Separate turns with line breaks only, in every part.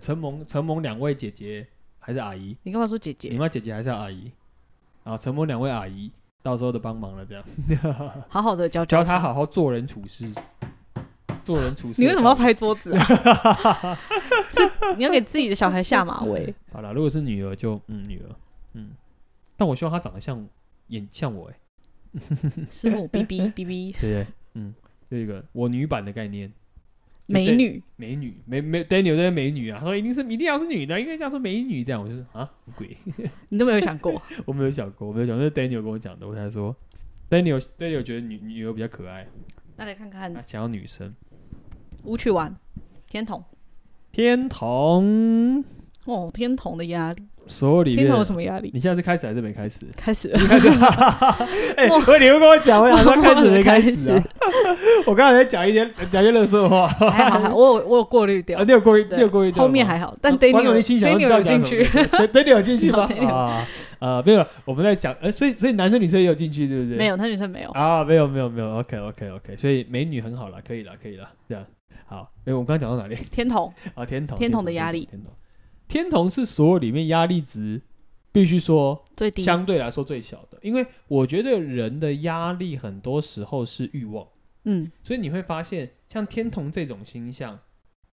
承蒙承蒙两位姐姐还是阿姨，
你干嘛说姐
你
姐？
妈姐姐还是阿姨，啊，承蒙两位阿姨到时候的帮忙了，这样
好好的教
教
他
她。好好做人处事，做人处事。
你为什么要？拍桌子啊？ 是你要给自己的小孩下马威？
好了，如果是女儿就嗯女儿，嗯，但我希望她长得像演像我、欸，
师母哔哔哔
对
哔，
不对？嗯，这个我女版的概念，
美女
美女，美美 Daniel 在美女啊，他说一定是一定要是女的，应该这样说美女这样，我就是啊什么鬼，
你都没有想过，
我没有想过，我没有想过，是 Daniel 跟我讲的，我才说 Daniel Daniel 觉得女女儿比较可爱，
那来看看
他想要女生。
舞曲丸天童
天堂
哦，天童的压力，
所有里
天
面
童，有什么压 力？
你现在是开始还是没开始？
开始了，
你开始，哎、
我
我你会跟我讲，我想说开始没开始
我
啊
忘了？
我刚才在讲一些讲一些乐色话，
还好 还好，我有我有过滤掉
啊，，你有过滤，
对
你有过滤掉吗
后面还好，但
啊观众
Daniel
一心想要
Daniel
知道
有
讲
进
什么
去，？
对，Daniel 有进去吗
Daniel
啊，呃，没有，我们在讲，呃，所以所以男生女生也有进去，对不对？
没有，他女生没有。
啊，没有没有没有，OK OK OK，所以美女很好了，可以了可以了，这样好。哎，我们刚刚讲到哪里？
天童
啊，天童，
天童的压力
天童，天童是所有里面压力值必须说
最低，
相对来说最小的，因为我觉得人的压力很多时候是欲望，
嗯，
所以你会发现像天童这种星象，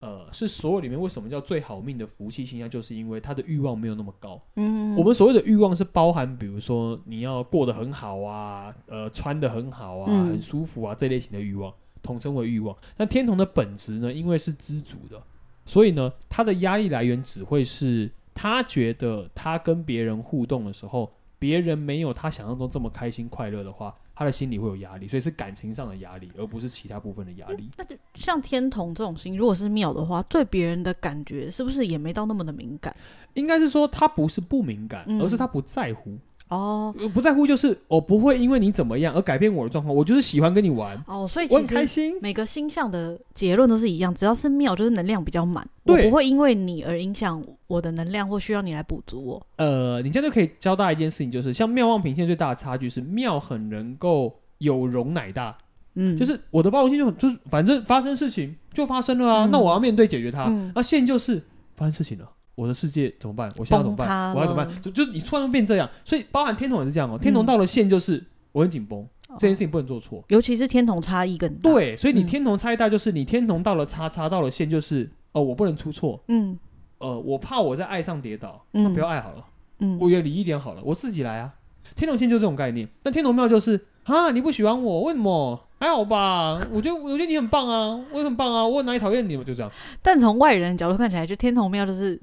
呃，是所有里面为什么叫最好命的福气星象，就是因为他的欲望没有那么高。
嗯，
我们所谓的欲望是包含，比如说你要过得很好啊，呃，穿得很好啊，
嗯
很舒服啊这类型的欲望，统称为欲望。那天童的本质呢，因为是知足的，所以呢，他的压力来源只会是他觉得他跟别人互动的时候，别人没有他想象中这么开心快乐的话，他的心里会有压力，所以是感情上的压力，而不是其他部分的压力。
那就像天童这种星，如果是庙的话，对别人的感觉是不是也没到那么的敏感？
应该是说他不是不敏感，
嗯
而是他不在乎。
哦
呃不在乎就是我不会因为你怎么样而改变我的状况，我就是喜欢跟你玩。
哦，所以
我很
其
开
实
心。
每个星象的结论都是一样，只要是庙就是能量比较满，我
对
不会因为你而影响我的能量或需要你来补足我。
呃，你这样就可以教大家一件事情，就是像妙望平线最大的差距是妙很能够有容乃大，
嗯，
就是我的包容性就很就是反正发生事情就发生了啊，
嗯
那我要面对解决它。
嗯
那线就是发生事情了。我的世界怎么办？我现在怎么
崩
办？
塌了嗯
我要怎么办？就就你突然会变这样，所以包含天童也是这样哦。天童到了线就是我很紧绷，这件事
哦
情不能做错。
尤其是天童差异更大。，
对，所以你
嗯
天童差异大就是你天童到了叉叉到了线就是哦，我不能出错，
嗯
呃，我怕我在爱上跌倒，
嗯，
不要爱好了。
嗯，
我远离一点好了，我自己来啊。天龙星就这种概念，但天龙庙就是啊，你不喜欢我，为什么？还好吧，我觉得我觉得你很棒啊，我也很棒啊，我哪里讨厌你？就这样。
但从外人的角度看起来，就天童庙就是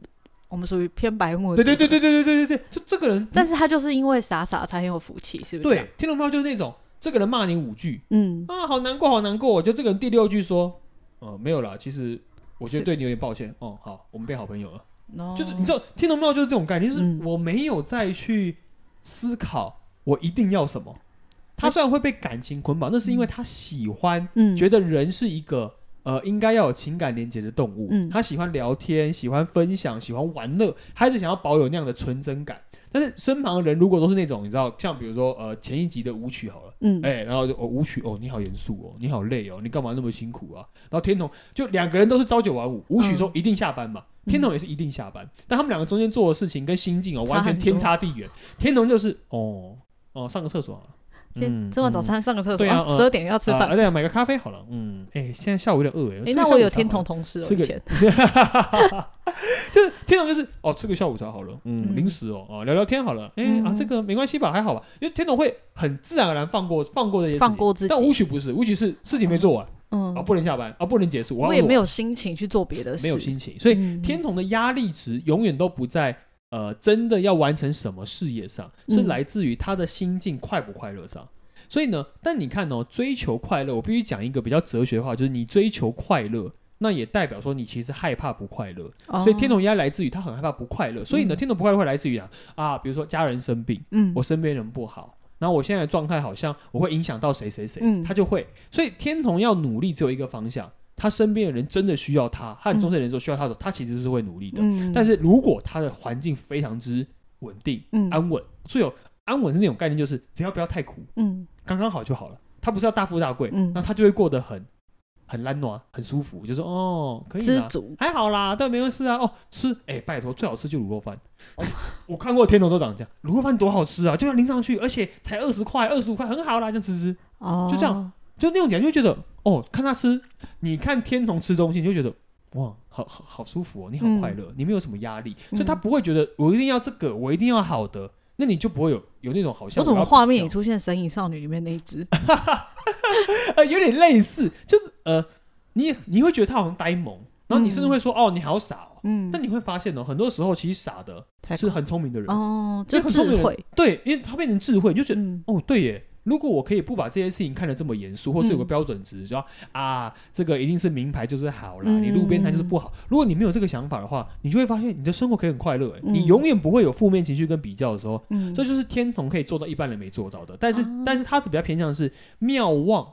我们属于偏白目。
对对对。对对对对对对，就这个人，
但是他就是因为傻傻才很有福气，是不是？
对，天龙庙就是那种，这个人骂你五句
嗯，
啊，好难过，好难过。就这个人第六句说，呃，没有啦，其实我觉得
是
对你有点抱歉。哦、好，我们变好朋友了。
然后
就是你知道，天龙庙就是这种概念，就是
哦嗯
我没有再去思考我一定要什么。他虽然会被感情捆绑，那是因为他喜欢，
嗯，
觉得人是一个呃应该要有情感连接的动物。
嗯
他喜欢聊天，喜欢分享，喜欢玩乐，他一直想要保有那样的纯真感。但是身旁的人如果都是那种你知道，像比如说呃前一集的舞曲好了。
嗯，
哎、然后就哦，舞曲哦，你好严肃哦，你好累哦，你干嘛那么辛苦啊？然后天童就两个人都是朝九晚五，舞曲说一定下班嘛，
嗯
天童也是一定下班，但他们两个中间做的事情跟心境哦
差
完全
很多
天差地远。天童就是哦哦上个厕所好了，
先吃完早
嗯
餐上个厕所
对啊，
十二点要吃
啊
饭。
对啊，买个咖啡好了，嗯，哎、现在下午有点饿哎、
哎、
吃个
那
下
我
午
有
茶
天
好了
童同事哦，
吃
以
个
前
就是天童就是哦，吃个下午茶好了，嗯，
嗯
零食哦，哦，聊聊天好了，哎、
嗯
啊，这个没关系吧，还好吧，因为天童会很自然而然放过放过这些事情，
放过自己
但舞曲不是，舞曲是事情没做完
嗯
啊，，不能下班啊，不能结束，
我也没
有
有心情去做别的事，
没有心情，所以
呃嗯
天童的压力值永远都不在。呃，真的要完成什么事业上，是
嗯
来自于他的心境快不快乐上。所以呢，但你看哦，追求快乐，我必须讲一个比较哲学的话，就是你追求快乐，那也代表说你其实害怕不快乐。
哦
所以天，童压力来自于他很害怕不快乐，所以呢，
嗯
天童不快乐会来自于啊啊，比如说家人生病，
嗯，
我身边人不好，然后我现在的状态好像我会影响到谁谁谁，
嗯
他就会，所以天童要努力只有一个方向，他身边的人真的需要他，他很重视人的时候需要他的时候，他其实是会努力的，
嗯，
但是如果他的环境非常之稳定、
嗯
安稳，最有安稳是那种概念，就是只要不要太苦，
嗯
刚刚好就好了，他不是要大富大贵，
嗯
那他就会过得很很懒暖，很舒服，就说哦，可以
知
啦，
足，
还好啦，但没关系啊。哦，吃，哎、拜托，最好吃就卤肉饭。
哦
我看过天童都长这样，卤肉饭多好吃啊！就像淋上去，而且才二十块、二十五块，很好啦，这样吃吃，
哦，
就这样，就那种感觉，就觉得哦，看他吃，你看天童吃东西，你就觉得哇，好好好舒服哦，你好快乐，你没有什么压力，所以他
嗯
不会觉得我一定要这个，我一定要好的，那你就不会有有那种好像
我怎么
要
画面
比较
里出现《神隐少女》里面那一只？
呃，有点类似，就是呃，你你会觉得他好像呆萌，然后你甚至会说、哦，你好傻哦。
嗯，
但你会发现哦，很多时候其实傻的
才
是很聪明的人，
哦，
因为
就
很聪明的
智
人
慧，
对，因为他变成智慧，你就觉得、
嗯，
哦，对耶。如果我可以不把这些事情看得这么严肃，或是有个
嗯
标准值，就要啊，这个一定是名牌就是好啦，你路边摊就是
嗯
不好。如果你没有这个想法的话，你就会发现你的生活可以很快乐耶，你
嗯
永远不会有负面情绪跟比较的时候。
嗯，
这就是天童可以做到一般人没做到的，但是、
啊
但是他比较偏向是妙望，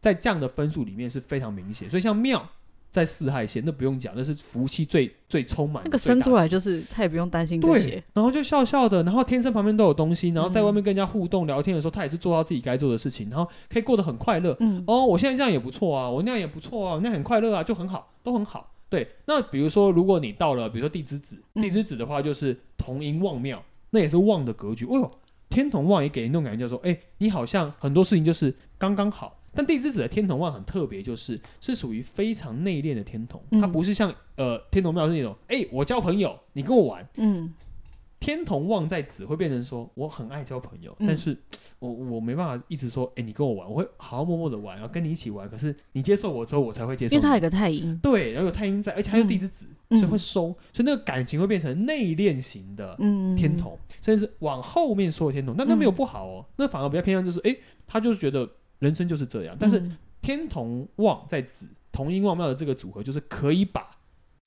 在这样的分数里面是非常明显，所以像妙在四害线，那不用讲，那是服务器最最充满
那个
最
生
大
出来
的
就是他也不用担心这
对
些，，
然后就笑笑的，然后天生旁边都有东西，然后在
嗯
外面跟人家互动聊天的时候，他也是做到自己该做的事情，然后可以过得很快乐。
嗯，
哦，我现在这样也不错啊，我那样也不错啊，我那样很快乐啊，就很好，都很好。对，那比如说，如果你到了，比如说地之子，
嗯
地之子的话就是同音望庙，那也是望的格局。哦呦，天同望也给人那种感觉，就是说，哎，你好像很多事情就是刚刚好。但地之子的天同望很特别，就是是属于非常内敛的天同，它
嗯
不是像呃天同庙是那种，哎，我交朋友，你跟我玩，
嗯，
天同望在子会变成说，我很爱交朋友，
嗯
但是我我没办法一直说，哎、你跟我玩，我会好好默默的玩，然后跟你一起玩。可是你接受我之后，我才会接受
因为
你。
他有个太阴，
对，然后有太阴在，而且他又地之子，所以会
嗯
收，所以那个感情会变成内敛型的
嗯，
天同，甚至是往后面说的天同。那那没有不好哦，那反而比较偏向就是，哎、他就是觉得人生就是这样。但是
嗯
天同望在子，同音望庙的这个组合，就是可以把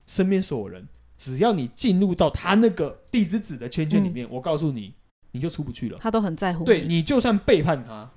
身边所有人，只要你进入到他那个地之子的圈圈里面，我告诉你，你就出不去了。
他都很在乎，
对，你就算背叛他，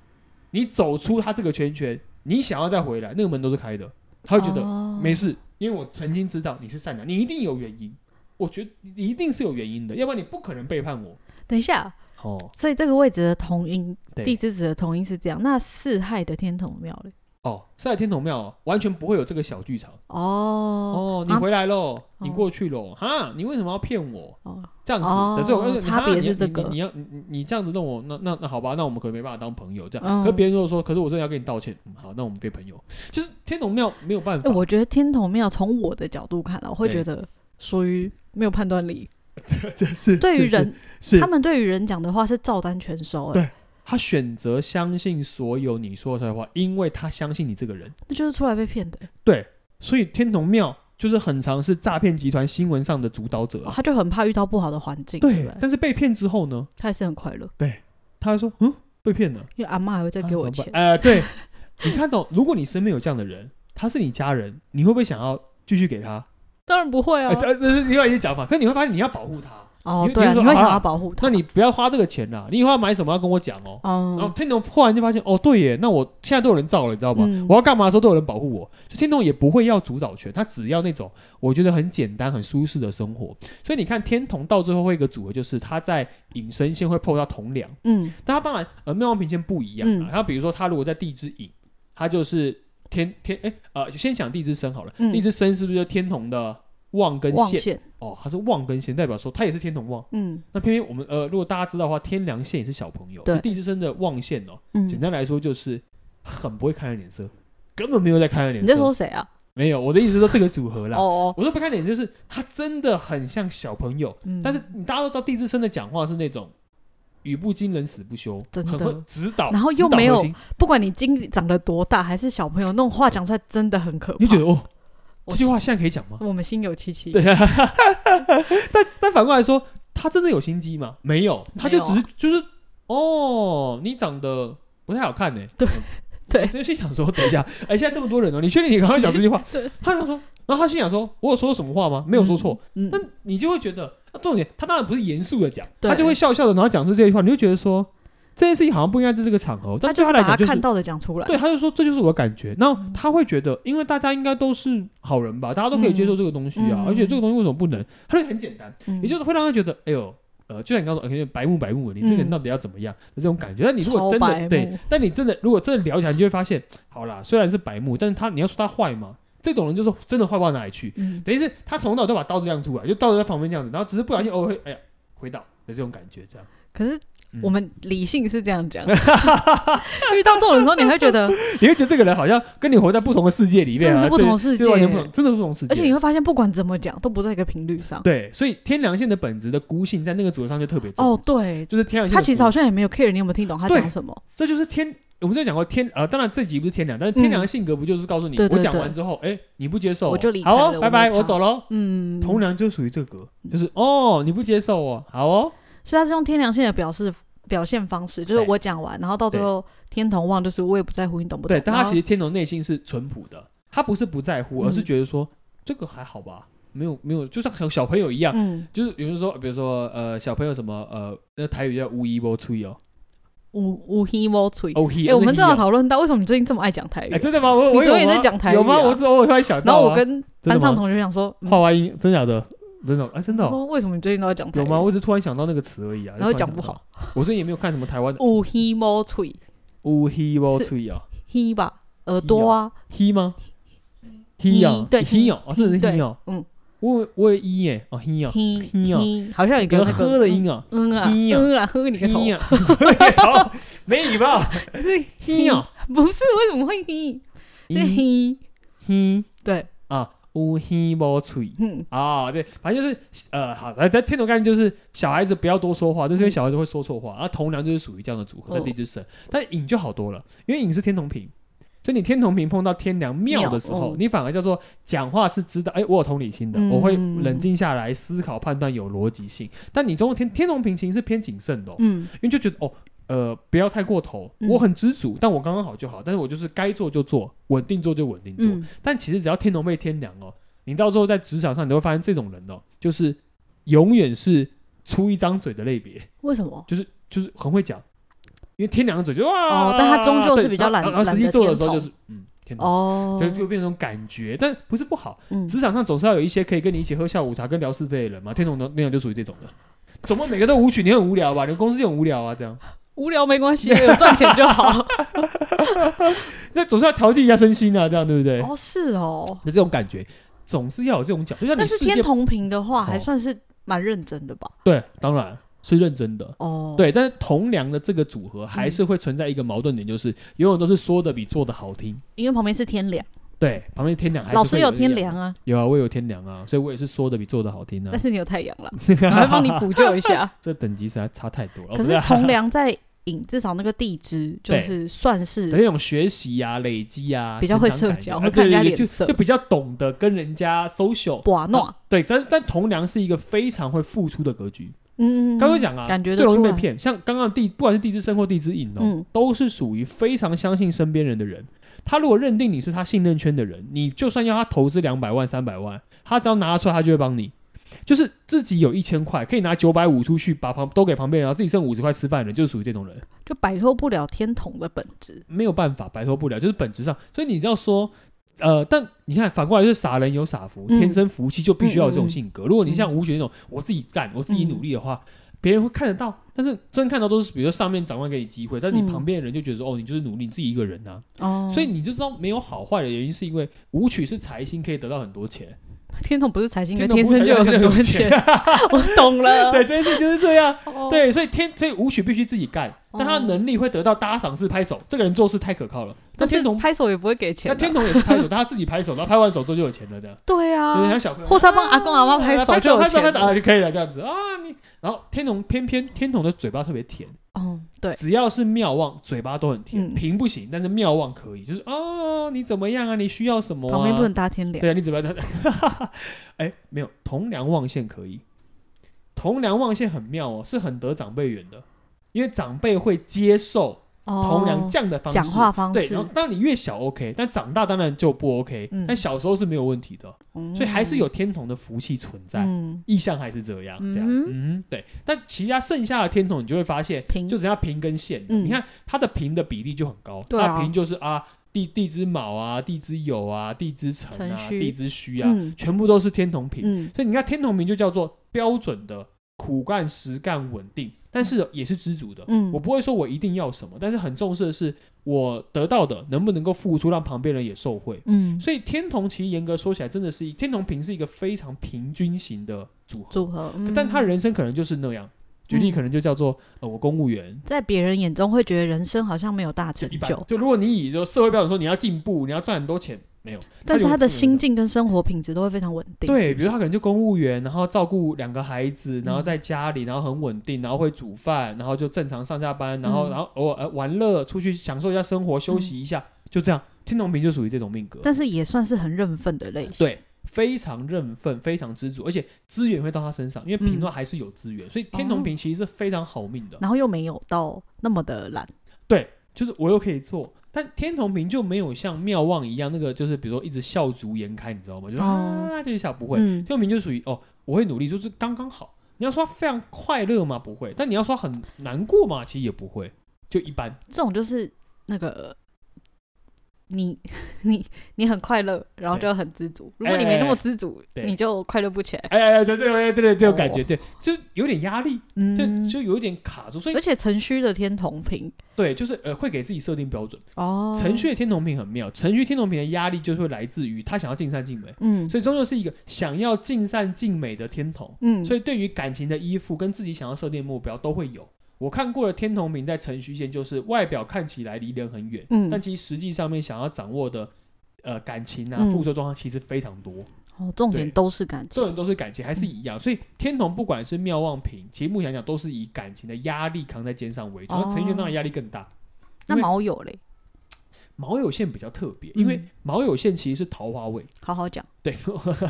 你走出他这个圈圈，你想要再回来，那个门都是开的。他会觉得、
得
没事，因为我曾经知道你是善良，你一定有原因。我觉得你一定是有原因的，要不然你不可能背叛我。
等一下，
哦
所以这个位置的同音，
对
地之子的同音是这样。那四害的天同庙嘞？
哦，塞尔天童庙哦完全不会有这个小剧场。
哦
哦，你
啊
回来喽，你
哦
过去喽，哈，你为什么要骗我？
哦，
这样子
哦
的这种而且
差
哈
别
你
是
要
这
你
个
你你要你你你这样子弄我，那那那好吧，那我们可能没办法当朋友这样。
嗯
可别人如果说，可是我真的要跟你道歉，嗯好，那我们变朋友，就是天童庙没有办 法，
哎，我觉得天同庙从我的角度看啊，我会
对
觉得属于没有判 断力。
这 是
对于人，
是
他们对于人讲的话是照单全收，
对
哎，
他选择相信所有你说出来的话，因为他相信你这个人，
那就是出来被骗的，
所以天童庙就是很常是诈骗集团新闻上的主导者
哦
啊。
他就很怕遇到不好的环境，对
对
不，对？
但是被骗之后呢，
他也是很快乐，
他还说，嗯，被骗了。
因为阿妈还会再
啊
给我
怎么
钱
办。呃，对，你看到，如果你身边有这样的人，他是你家人，你会不会想要继续给他？
当然不会啊
呃，，这这是另外一些讲法。可是你会发现你要保护他，
哦
你，
对啊，
你就
你
说
会想
啊
要保护他。
那你不要花这个钱啦。你以后要买什么要跟我讲哦。然后
哦，
天童忽然就发现，哦，对耶，那我现在都有人造了，你知道吧？
嗯
我要干嘛的时候都有人保护我。就天童也不会要主导权，他只要那种我觉得很简单、很舒适的生活。所以你看，天童到最后会有一个组合，就是他在隐身线会碰到同梁。
嗯
但他当然呃妙望平线不一样啊
嗯。
他、比如说他如果在地之影，他就是天天哎、呃先讲地之生好了，
嗯
地之生是不是就天同的望跟
望
线？
线，
哦，他是望跟线，代表说他也是天同望。
嗯
那偏偏我们呃如果大家知道的话，天梁线也是小朋友，
对
就地之生的望线哦，
嗯，
简单来说就是很不会看人脸色，根本没有在看人脸
你
色。
在说谁啊？
没有？我的意思是说这个组合啦。
哦，
我说不看脸，就是他真的很像小朋友，
嗯
但是你大家都知道，地之生的讲话是那种语不惊人死不休，
真的
很会指导，
然后又
指导
没有
核心
不管你经历长得多大，还是小朋友，那种话讲出来真的很可怕。
你就觉得哦，
我
这句话现在可以讲吗？
我们心有戚戚。
对， 但但反过来说，他真的有心机吗？没有，他就
没有
只
啊
是就是哦，你长得不太好看呢、
对
嗯
对
我就心想说，等一下，哎，现在这么多人哦，你确定你刚刚讲这句 话？
对
他想说，然后他心想说，我有说什么话吗？没有说错，
嗯，
那你就会觉得，啊重点他当然不是严肃的讲，
对
他就会笑笑的，然后讲出这句话，你就觉得说这件事情好像不应该在这个场合，但
他
对
就
他
是
来
把
讲
他
就是
看。到的嗯讲出来。
对，，他就说这就是我的感觉。然后他会觉得，因为大家应该都是好人吧，大家都可以接受这个东西啊，
嗯
而且这个东西为什么不能？他就很简单，
嗯
也就是会让他觉得，哎呦，呃，就像你刚刚说，呃可能白目白目的，你这个人
嗯
到底要怎么样的这种感觉。但你如果
超
真
白
的
目
对，但你真的如果真的聊起来，你就会发现，好啦，虽然是白目，但是他你要说他坏吗？这种人就是真的坏不到哪里去，
嗯，
等于是他从头到尾都把刀子亮出来，就刀子在旁边这样子，然后只是不小心偶尔会哎呀回倒的这种感觉，这样。
可是
嗯
我们理性是这 样讲， 遇到这种的时候，你会觉得，
你会觉得这个人好像跟你活在不同的世界里面、啊，
真的是不
对
同世
是完全
界
不同，真的是不同世界。
而且你会发现，不管怎么讲，都不在一个频率上。
对，所以天良县的本质的孤性在那个组合上就特别重，
哦，对，
就是天良县的
他其实好
孤
像也没有 care 你有没有听懂他
对
讲什么。
这就是天。我们之前讲过天，呃，当然这集不是天良，但是天良的性格不就是告诉你，
嗯对对
我讲
对
完之后，哎，你不接受哦，
我就离开
好哦
了
拜
我
拜，
没
我
差
走喽。
嗯，
同梁就属于这个，就是哦，你不接受哦，好哦，
所以他是用天良性的表示表现方式，就是
对
我讲完，然后到最后天同望，就是我也不在乎你懂不懂。
对，但他
然后
其实天童内心是淳朴的，他不是不在乎，而是
嗯
觉得说这个还好吧，没有没有，就像小小朋友一样，
嗯，
就是有人说，比如说呃，小朋友什么呃，那台语叫乌一波吹哦，
无无 he 无吹。
哦嘿，
哎，我们
这
正好讨论到为什么你最近这么爱讲台语
哎，，真的吗？我我
你
有
昨天也
吗
在讲台语
有吗？
啊
我只偶尔突然想到
然
啊，
后我跟
真的
班上
吗
同学讲说，嗯
画外音，真假的，真的哎，真的
他
哦
说为什么你最近都在讲台
有
语？
吗？我只是突然想到那个词而已啊，
然后
就突
讲
想
不
到
好。
我最近也没有看什么台湾的
无 he 无吹
乌嘿波
是
吹啊，
，he 吧，耳朵啊，
嘿吗？嘿啊，
对
嘿哦，哦，真的是
对
嘿哦，
嗯，
我以我有一耶，哦嘿啊，
he
嘿啊
he，好像有一
有
个
个
那个
喝的音啊，
嗯啊，
嘿啊
嗯啊，喝你个头
嘿，啊， 好没礼貌，
是
嘿啊，
不是为什么会 he？是
嘿
he，
嘿
对，
啊，乌嘿波吹。
嗯，
啊、对，反正就是呃，好，呃，但天同概念就是小孩子不要多说话，就是因为小孩子会说错话，而、童良就是属于这样的组合，在
嗯
地之神，但影就好多了，因为影是天同平，所以你天同平碰到天良妙
妙
的时候，
嗯
你反而叫做讲话是知道，哎、我有同理心的，我会
嗯
冷静下来思考判断，有逻辑性。但你中天天同平其实是偏谨慎的、哦，
嗯，
因为就觉得哦。呃，不要太过头，
嗯
我很知足，但我刚刚好就好，但是我就是该做就做，稳定做就稳定做，
嗯，
但其实只要天同被天良哦，你到时候在职场上，你会发现这种人哦，就是永远是出一张嘴的类别，
为什么？
就是就是很会讲，因为天良的嘴就哇，
哦但他终究是
对
比较懒
然后然后实
懒
际
得
做的时
天
候就
同
是嗯天同。
哦，
就就变成那种感觉，但不是不好。
嗯，
职场上总是要有一些可以跟你一起喝下午茶、跟聊是非的人嘛。天同天同就属于这种的，怎么每个都舞曲？你很无聊吧？你公司也很无聊啊，这样。
无聊没关系，有赚钱就好。
那总是要调剂一下身心啊，这样对不对？
哦，是哦，
那这种感觉总是要有这种讲，就像你
但是
世
天
界
同屏的话，
哦
还算是蛮认真的吧？
对，当然是认真的。
哦，，嗯
对，但是同梁的这个组合还是会存在一个矛盾点，就是、永远都是说的比做的好听。
因为旁边是天良，
对，旁边天梁还是
老师
会有
有天
良
良，啊，
有啊，我也有天梁啊，所以我也是说的比做的好听啊
但。是你有太阳 了，我还帮你补救一下。
这等级实在差太多了。
可是同梁在引，至少那个地支就
对
是算
那
是
种学习啊、累积啊，
比较会
成长感
社交
啊
会
对
看人家
对对就
脸色
就比较懂得跟人家 social。
寡诺，
对，但但同梁是一个非常会付出的格局。
嗯，嗯
刚刚讲啊，
感觉
最
得
容易
出
被
来，
骗。像刚刚地，不管是地之生或地之影哦，
嗯
都是属于非常相信身边人的人。他如果认定你是他信任圈的人，你就算要他投资两百万、三百万，他只要拿得出来，他就会帮你。就是自己有一千块，可以拿九百五出去，把旁都给旁边人，然后自己剩五十块吃饭的人，就是属于这种人，
就摆脱不了天同的本质。
没有办法摆脱不了，就是本质上。所以你要说，呃，但你看反过来就是傻人有傻福，
嗯
天生福气就必须要有这种
嗯嗯嗯嗯
性格。如果你像吴雪那种，我自己干，我自己努力的话，别人会看得到，但是真看到都是比如说上面长官给你机会，但是你
嗯
旁边的人就觉得说，哦，你就是努力，你自己一个人啊，
哦
所以你就知道没有好坏的原因，是因为舞曲是财星可以得到很多钱，
天同不是财星，跟
童
天
舞曲
生就有很多 钱。我懂了，
对，这件事情就是这样。
哦，
对，所以天，所以舞曲必须自己干，但他
哦
能力会得到大家赏识拍手，这个人做事太可靠了。那
但
天
是
童
拍手也不会给钱
那
啊。
天童也是拍手，但他自己拍手，然后拍完手之后就有钱了的，
对
就是
啊
像，小朋友，
或是他帮阿公阿妈拍
啊
手
拍
就
手
有
拍手
钱
拍手
了。
啊就可以了，这样子啊你。然后天童偏偏天童的嘴巴特别甜，
嗯，对，
只要是妙望嘴巴都很甜，
嗯
平不行，但是妙望可以，就是哦你怎么样啊，你需要什么
旁边
啊
不能？搭天梁。
对啊，你怎么样？ 哎，没有同梁望线可以，同梁望线很妙哦，是很得长辈缘的，因为长辈会接受
哦
同梁降的方式，
讲话方
对，
式，
然后当然你越小 OK，但长大当然就不 OK、
嗯
但小时候是没有问题的，
嗯
所以还是有天同的福气存在，
嗯
意向还是这样，这样，
嗯
嗯，对。但其他剩下的天同，你就会发现，
平
就只要平跟线的，
嗯
你看它的平的比例就很高，
对啊
它平就是啊地地之卯啊，地之酉啊，地之辰啊，
辰戌
地之戌啊，
嗯
全部都是天同平，
嗯
所以你看天同平就叫做标准的苦干实干稳定，但是也是知足的。
嗯
我不会说我一定要什么，但是很重视的是我得到的能不能够付出，让旁边人也受惠。
嗯，
所以天同其实严格说起来，真的是一天同平是一个非常平均型的组合，
组合，嗯
但他人生可能就是那样。举例可能就叫做呃，我公务员。
在别人眼中会觉得人生好像没有大成
一般
就，
就如果你以就社会标准说你要进步，你要赚很多钱，没有。
但是
有
他的
有
心境跟生活品质都会非常稳定。
对，
是不
比
是
如他可能就公务员，然后照顾两个孩子，然后
嗯
在家里，然后很稳定，然后会煮饭，然后就正常上下班，然后、
嗯
然后偶尔呃玩乐，出去享受一下生活，休息一下，就这样。天同平就属于这种命格，
但是也算是很认份的类型。
对，非常认份，非常知足，而且资源会到他身上，因为平论还是有资源，
嗯
所以天同平其实是非常好命的。
然后又没有到那么的懒，
就是我又可以做。但天同平就没有像妙望一样，那个就是比如说一直笑逐颜开，你知道吗？就是、
哦
啊，这一下不会，
嗯
天，佑明就属于哦，我会努力，就是刚刚好。你要说他非常快乐吗？不会。但你要说很难过吗？其实也不会，就一般。
这种就是那个你 你你很快乐，然后
对
就很知足。如果你没那
哎哎
么
哎
知足，
对
你就快乐不起来。
哎哎哎，对对对对对，这种感觉，对，就有点压力，就
嗯，
就有点卡住。所以
而且程序的天同屏
对，就是呃，会给自己设定标准。
哦
程序的天同平很妙，程序天同平的压力就是会来自于他想要尽善尽美，
嗯
所以终究是一个想要尽善尽美的天同。
嗯，
所以对于感情的依附跟自己想要设定的目标都会有。我看过的天同名在程序线，就是外表看起来离人很远，
嗯
但其实实际上面想要掌握的。呃，感情啊，
嗯
付出状况其实非常多，
哦，重点
对
都是感
这
情。
种人都是感情还是一样，所以天同不管是妙望平，其实目前来讲都是以感情的压力扛在肩上为主，那
哦
程序当然压力更大。因
那
为
毛友嘞，
卯酉线比较特别，因为
嗯
卯酉线其实是桃花位，
好好讲，
对，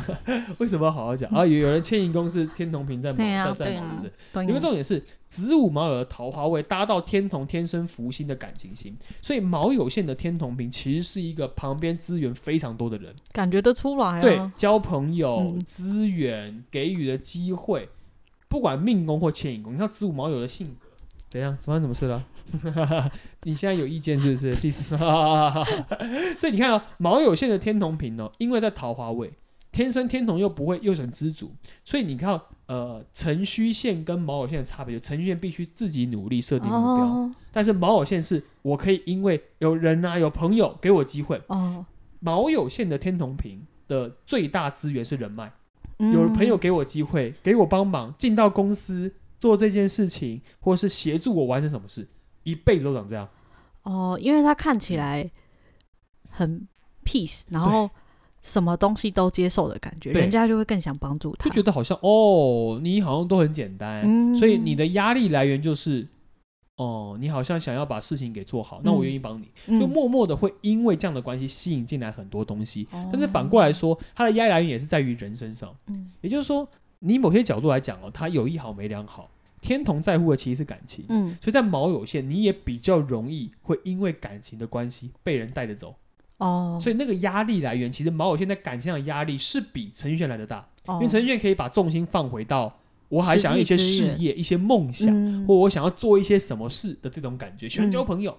为什么要好好讲啊？有有人迁移宫是天同平在卯，
对啊
在在
对
卯
啊
是不是？
懂
因为重点是子午卯酉的桃花位搭到天同天生福星的感情星，所以卯酉线的天同平其实是一个旁边资源非常多的人，
感觉得出来
对
啊。，
交朋友、
嗯
资源给予的机会，不管命宫或迁移宫，你看子午卯酉的性格。怎样？怎么怎么事了？ 你现在有意见是 不是？第四， 所以你看哦，卯酉线的天同平哦，因为在桃花位，天生天同又不会又很知足，所以你看哦，呃，辰戌线跟卯酉线的差别，就辰戌线必须自己努力设定目标，
哦
但是卯酉线是我可以因为有人啊、有朋友给我机会。
哦，
卯酉线的天同平的最大资源是人脉，
嗯
有朋友给我机会，给我帮忙，进到公司做这件事情，或是协助我完成什么事，一辈子都长这 样。
哦，因为他看
嗯
起来很 peace，然后什么东西都接受的感觉，
对
人家就会更想帮助他
就。觉得好像哦，你好像都很简单，
嗯
所以你的压力来源就是，哦，你好像想要把事情给做好，那我
嗯
愿意帮你，
嗯
就默默的会因为这样的关系吸引进来很多东西。
哦
但是反过来说，他的压力来源也是在于人身上，
嗯
也就是说，你某些角度来讲哦，他有一好没两好，天同在乎的其实是感情，
嗯，
所以在卯酉线，你也比较容易会因为感情的关系被人带着走，
哦，
所以那个压力来源，其实卯酉线在感情上的压力是比程序线来的大，因
因
为程序线可以把重心放回到我还想要一些
实际资
事
源
业、一些梦想，
嗯
或我想要做一些什么事的这种感觉，喜欢
嗯
交朋友。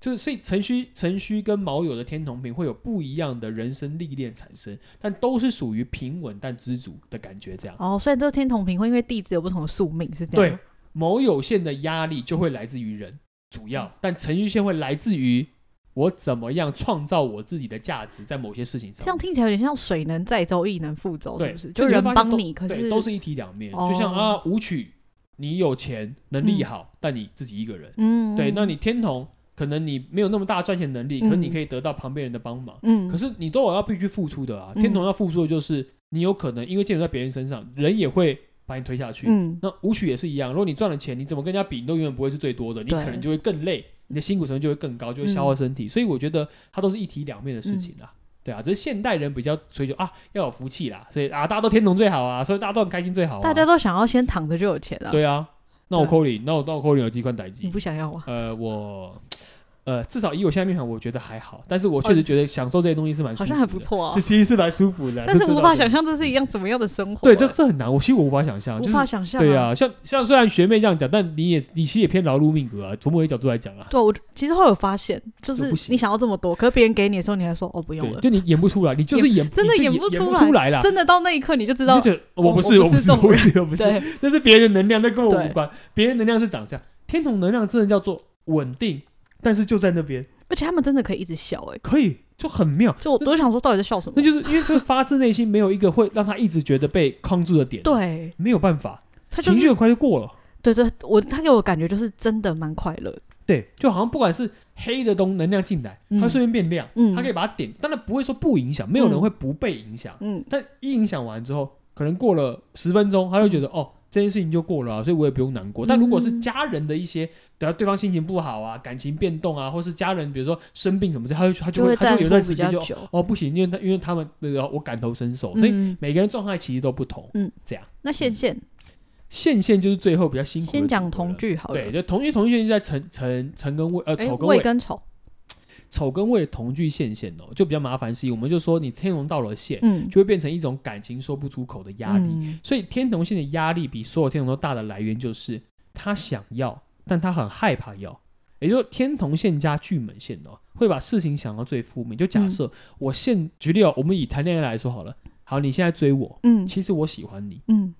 就是，所以辰戌、辰戌跟卯酉的天同平会有不一样的人生历练产生，但都是属于平稳但知足的感觉。这样，
哦，所以这个天同平会因为地址有不同的宿命，是这
对
样吗。，
某有限的压力就会来自于人，主
嗯
要，但程序线会来自于我怎么样创造我自己的价值在某些事情
这
上
样
面。
听起来有点像水能载舟，亦能覆舟，是
对，
不是？
所
就
以你会
人
发现
帮
都
你，可
对
是
都是一体两面，
哦
就像啊舞曲，你有钱能力
嗯
好，但你自己一个人，
嗯，
对，那
嗯
你天同可能你没有那么大赚钱能力，可是你
嗯
可以得到旁边人的帮忙。
嗯，
可
是
是你都有要必须付出的啊，天同
嗯
要付出的就是你有可能因为建立在别人身上，人也会把你推下去。
嗯
那舞曲也是一样，如果你赚了钱，你怎么跟人家比，你都永远不会是最多的，你
对
可能就会更累，你的辛苦程度就会更高，就会消耗身体。所以我觉得它都是一体两面的事情
嗯
啦。对啊，只是现代人比较追求啊，要有福气啦，所以啊，大家都天同最好啊，所以大家都很开心最好、啊。
大家都想要先躺着就有钱啊，
对啊，那我
对嗯
扣你，那我那我扣你有几款代
你
机？
不想要吗？
呃，我呃，至少以我现在面谈，我觉得还好，但是我确实觉得享受这些东西是蛮舒服
好
的
像还不，错啊
是，其实是蛮舒服的，啊
但
这
是
这
无
倒
法
是
想象这是一样怎么样的生活、啊
对，这
这
这很难，我其实我无法想象，就
无
是
法想象、
对啊，像像虽然学妹这样讲，但你也你其实也偏劳碌命格啊，从某些角度来讲啊，
对，我其实会有发现，就
就是不行
你想要这么多，可是别人给你的时候，你还说哦不用
对，
了，
就你演不出来，你就是演
真的
你就
演
演
不出
出来
来
啦，
真的到那一刻你就知
你
道
就，觉得我
我
不
我
是
不
我不
是
是
这
我
种
不是我不是，
对，
那是别人的能量，那跟我
对
无关。别人能量是长这样，天同能量真的叫做稳定，但是就在那边，
而且他们真的可以一直笑、哎，
可以就很妙。
就我都想说到底在笑什么？
那就是因为就是发自内心，没有一个会让他一直觉得被框住的点。，
对
没有办法，
他就
情绪
是
很快就过了。
对对，我他给我感觉就是真的蛮快乐的，
对，就好像不管是黑的东能量进来，
嗯
它会瞬间变亮，
嗯
它可以把它点，当然不会说不影响，没有人会不被影响。
嗯，
但一影响完之后，可能过了十分钟，他就觉得哦，这件事情就过了啊、所以我也不用难过。但如果是
嗯
家人的一些，等到对方心情不好啊，感情变动啊，或是家人比如说生病什么事，他就他就
会
会他
在
就会有一段
乎
时
比
间
较
就
久，
哦不行，因为他因为他们那个我感同身受，所以
嗯，
每个人状态其实都不同。
那线线
线线就是最后比较辛苦的组合
先
了。
讲同句好了，
对，就同因为同性恋是在辰辰辰跟未呃
哎
丑跟
未
未
跟丑，
丑跟未的同居线线哦，就比较麻烦是，我们就说你天龙到了线，
嗯，
就会变成一种感情说不出口的压力。
嗯
所以天同线的压力比所有天同都大的来源就是他想要，但他很害怕要。也就是天同线加巨门线哦，会把事情想到最负面。就假设
嗯
我现举例哦，我们以谈恋爱来说好了，好，你现在追我，
嗯
其实我喜欢你，
嗯，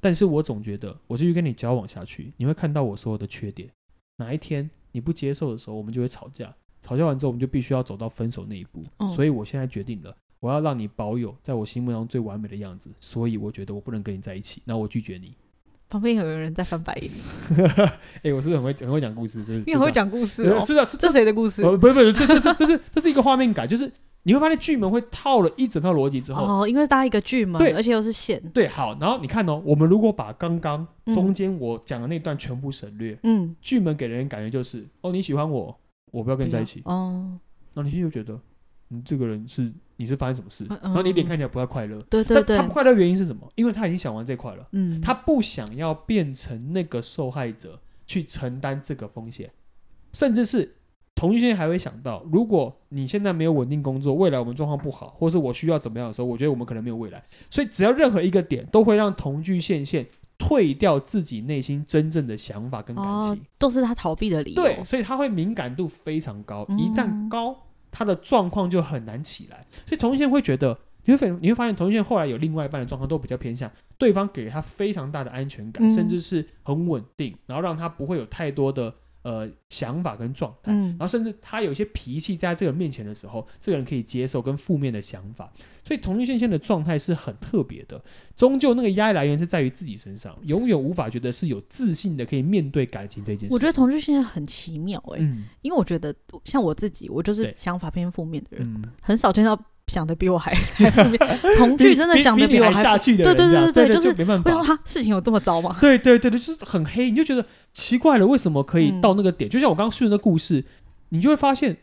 但是我总觉得我继续跟你交往下去，你会看到我所有的缺点。哪一天你不接受的时候，我们就会吵架。吵架完之后，我们就必须要走到分手那一步。
嗯
所以我现在决定了，我要让你保有在我心目中最完美的样子。所以我觉得我不能跟你在一起，那我拒绝你。
旁边有人在翻白 眼，
哎、我是不是很会很会讲故事？就是
你很会，讲故事
就是
哦，
是的，这
这谁 的故事？
呃不不不，这这是这是这是一个画面感，就是你会发现剧本会套了一整套逻辑之后，
哦，因为搭一个巨门
对，
而且又是线，
对，好，然后你看哦，我们如果把刚刚
嗯
中间我讲的那段全部省略，
嗯，
剧本给人感觉就是，哦，你喜欢我，我不要跟你在一起。
不要哦，
然后你心里就觉得，你这个人是你是发生什么事？
嗯
然后你脸看起来不太快乐。
对对
但
对
他不，快乐的原因是什么？因为他已经想完这块了，
嗯，
他不想要变成那个受害者去承担这个风险，甚至是同性恋还会想到，如果你现在没有稳定工作，未来我们状况不好，或是我需要怎么样的时候，我觉得我们可能没有未来。所以只要任何一个点，都会让同居线线退掉自己内心真正的想法跟感情。
哦，都是他逃避的理由，
对，所以他会敏感度非常高，
哦嗯
一旦高，他的状况就很难起来。所以同性恋会觉得，你会发你会发现同性恋后来有另外一半的状况都比较偏向对方给他非常大的安全感，
嗯
甚至是很稳定，然后让他不会有太多的呃想法跟状态。
嗯
然后甚至他有一些脾气，在这个人面前的时候，这个人可以接受跟负面的想法，所以同性恋现在的状态是很特别的。终究那个压力来源是在于自己身上，永远无法觉得是有自信的可以面对感情这件事情。
我觉得同居现在很奇妙哎、
嗯
因为我觉得像我自己，我就是
对
想法偏负面的人，
嗯，
很少见到想的比我还 还负 面。同居真的想的
比你
我
还
还
下去的人，
对对
这样
对
对
对就是
没办
为什么
法。
他事情有这么糟吗？
对对对对，就是很黑，你就觉得奇怪了，为什么可以
嗯
到那个点？就像我刚刚叙述的故事，你就会发现，